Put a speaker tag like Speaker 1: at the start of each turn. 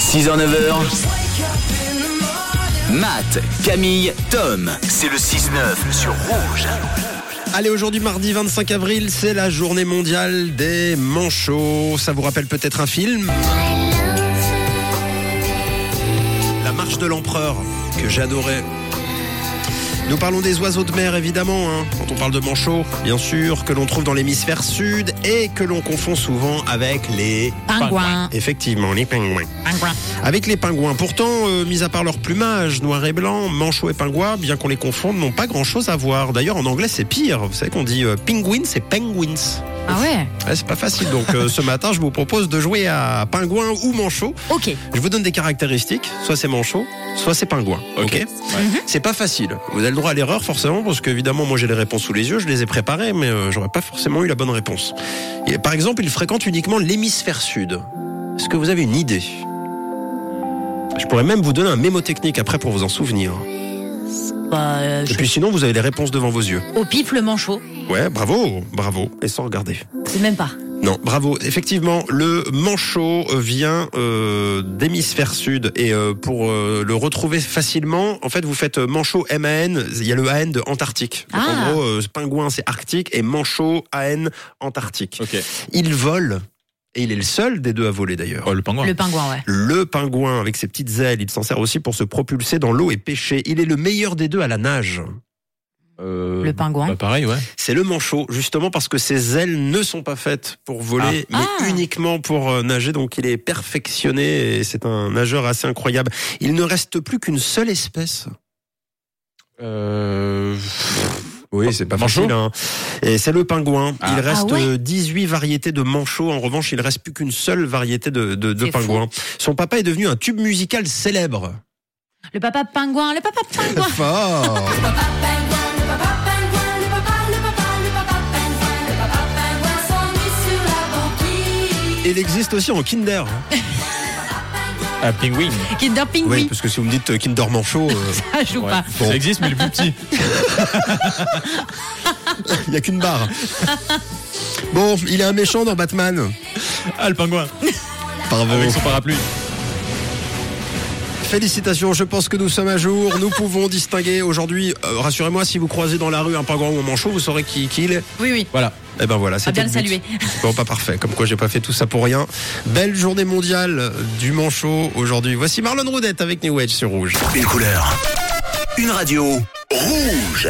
Speaker 1: 6h, 9h. Matt, Camille, Tom. C'est le 6-9 sur Rouge.
Speaker 2: Allez, aujourd'hui mardi 25 avril, c'est la journée mondiale des manchots. Ça vous rappelle peut-être un film La marche de l'empereur, que j'adorais. Nous parlons des oiseaux de mer, évidemment, hein, quand on parle de manchots, bien sûr, que l'on trouve dans l'hémisphère sud et que l'on confond souvent avec les...
Speaker 3: Pingouin.
Speaker 2: Effectivement, les pingouins. Avec les pingouins, pourtant, euh, mis à part leur plumage noir et blanc, manchots et pingouins, bien qu'on les confonde, n'ont pas grand-chose à voir. D'ailleurs, en anglais, c'est pire. Vous savez qu'on dit euh, penguins et penguins.
Speaker 3: Ah ouais
Speaker 2: Ouais, c'est pas facile. Donc, euh, ce matin, je vous propose de jouer à pingouin ou manchot.
Speaker 3: Ok.
Speaker 2: Je vous donne des caractéristiques. Soit c'est manchot, soit c'est pingouin. Ok. C'est pas facile. Vous avez le droit à l'erreur forcément, parce qu'évidemment, moi j'ai les réponses sous les yeux, je les ai préparées, mais euh, j'aurais pas forcément eu la bonne réponse. Et, par exemple, il fréquente uniquement l'hémisphère sud. Est-ce que vous avez une idée Je pourrais même vous donner un mémo technique après pour vous en souvenir.
Speaker 3: Bah, euh,
Speaker 2: Et
Speaker 3: je-
Speaker 2: puis sinon, vous avez les réponses devant vos yeux.
Speaker 3: Au pif, le manchot.
Speaker 2: Ouais, bravo, bravo, et sans regarder.
Speaker 3: C'est même pas.
Speaker 2: Non, bravo. Effectivement, le manchot vient euh, d'hémisphère sud et euh, pour euh, le retrouver facilement, en fait, vous faites euh, manchot MAN, il y a le AN de Antarctique. Donc,
Speaker 3: Ah.
Speaker 2: En gros, euh, pingouin c'est arctique et manchot AN Antarctique.
Speaker 4: Ok.
Speaker 2: Il vole et il est le seul des deux à voler d'ailleurs.
Speaker 4: Oh, le pingouin.
Speaker 3: Le pingouin, ouais.
Speaker 2: Le pingouin avec ses petites ailes, il s'en sert aussi pour se propulser dans l'eau et pêcher. Il est le meilleur des deux à la nage.
Speaker 4: Euh,
Speaker 3: Le pingouin.
Speaker 4: bah, pareil, ouais.
Speaker 2: C'est le manchot, justement parce que ses ailes ne sont pas faites pour voler, mais
Speaker 3: Ah.
Speaker 2: uniquement pour euh, nager. Donc il est perfectionné et c'est un nageur assez incroyable. Il ne reste plus qu'une seule espèce.
Speaker 4: Euh,
Speaker 2: Oui, c'est pas
Speaker 4: Manchot
Speaker 2: facile. hein. Et c'est le pingouin.
Speaker 4: Ah.
Speaker 2: Il reste
Speaker 3: Ah ouais
Speaker 2: euh, 18 variétés de manchots. En revanche, il reste plus qu'une seule variété de, de, de
Speaker 3: C'est fou.
Speaker 2: pingouins. Son papa est devenu un tube musical célèbre.
Speaker 3: Le papa pingouin, le papa pingouin.
Speaker 2: Fort. Et Il existe aussi en Kinder.
Speaker 4: un pingouin.
Speaker 3: Kinder
Speaker 2: Oui,
Speaker 3: pingouin.
Speaker 2: parce que si vous me dites euh, Kinder manchot, euh,
Speaker 3: Ça joue
Speaker 4: Ouais.
Speaker 3: pas.
Speaker 2: Bon.
Speaker 4: Ça existe, mais le plus petit.
Speaker 2: il n'y a qu'une barre. Bon, il est un méchant dans Batman.
Speaker 4: Ah, le pingouin.
Speaker 2: Bravo.
Speaker 4: Avec son parapluie.
Speaker 2: Félicitations, je pense que nous sommes à jour. Nous pouvons distinguer aujourd'hui. euh, Rassurez-moi, si vous croisez dans la rue un pingouin ou un manchot, vous saurez qui, qui il est.
Speaker 3: Oui, oui.
Speaker 4: Voilà.
Speaker 2: Eh ben voilà, c'est
Speaker 3: bien le saluer.
Speaker 2: Bon, pas parfait. Comme quoi, j'ai pas fait tout ça pour rien. Belle journée mondiale du manchot aujourd'hui. Voici Marlon Roudette avec New Age sur Rouge.
Speaker 1: Une couleur. Une radio. Rouge.